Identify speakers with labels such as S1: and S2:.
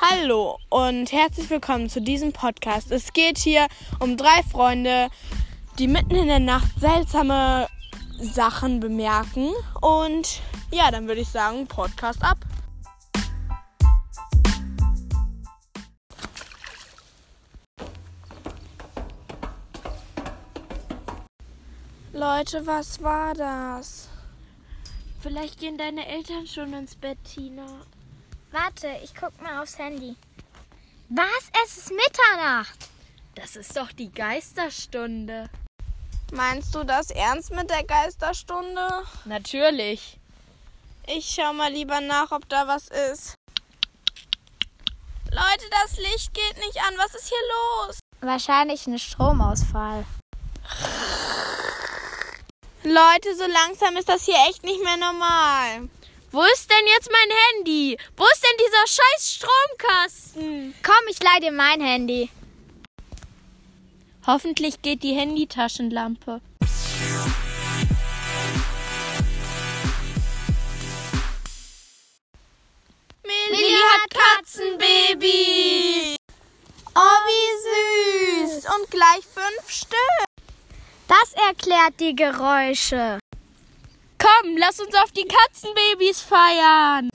S1: Hallo und herzlich willkommen zu diesem Podcast. Es geht hier um drei Freunde, die mitten in der Nacht seltsame Sachen bemerken. Und ja, dann würde ich sagen, Podcast ab. Leute, was war das?
S2: Vielleicht gehen deine Eltern schon ins Bett, Tina.
S3: Warte, ich guck mal aufs Handy. Was? Es ist Mitternacht.
S2: Das ist doch die Geisterstunde.
S1: Meinst du das ernst mit der Geisterstunde?
S2: Natürlich.
S1: Ich schau mal lieber nach, ob da was ist. Leute, das Licht geht nicht an. Was ist hier los?
S3: Wahrscheinlich ein Stromausfall.
S1: Leute, so langsam ist das hier echt nicht mehr normal.
S2: Wo ist denn jetzt mein Handy? Wo ist denn dieser scheiß Stromkasten?
S3: Komm, ich leih dir mein Handy.
S2: Hoffentlich geht die Handytaschenlampe.
S1: Millie hat Katzenbabys. Oh, wie süß. Und gleich fünf Stück.
S3: Das erklärt die Geräusche.
S2: Komm, lass uns auf die Katzenbabys feiern.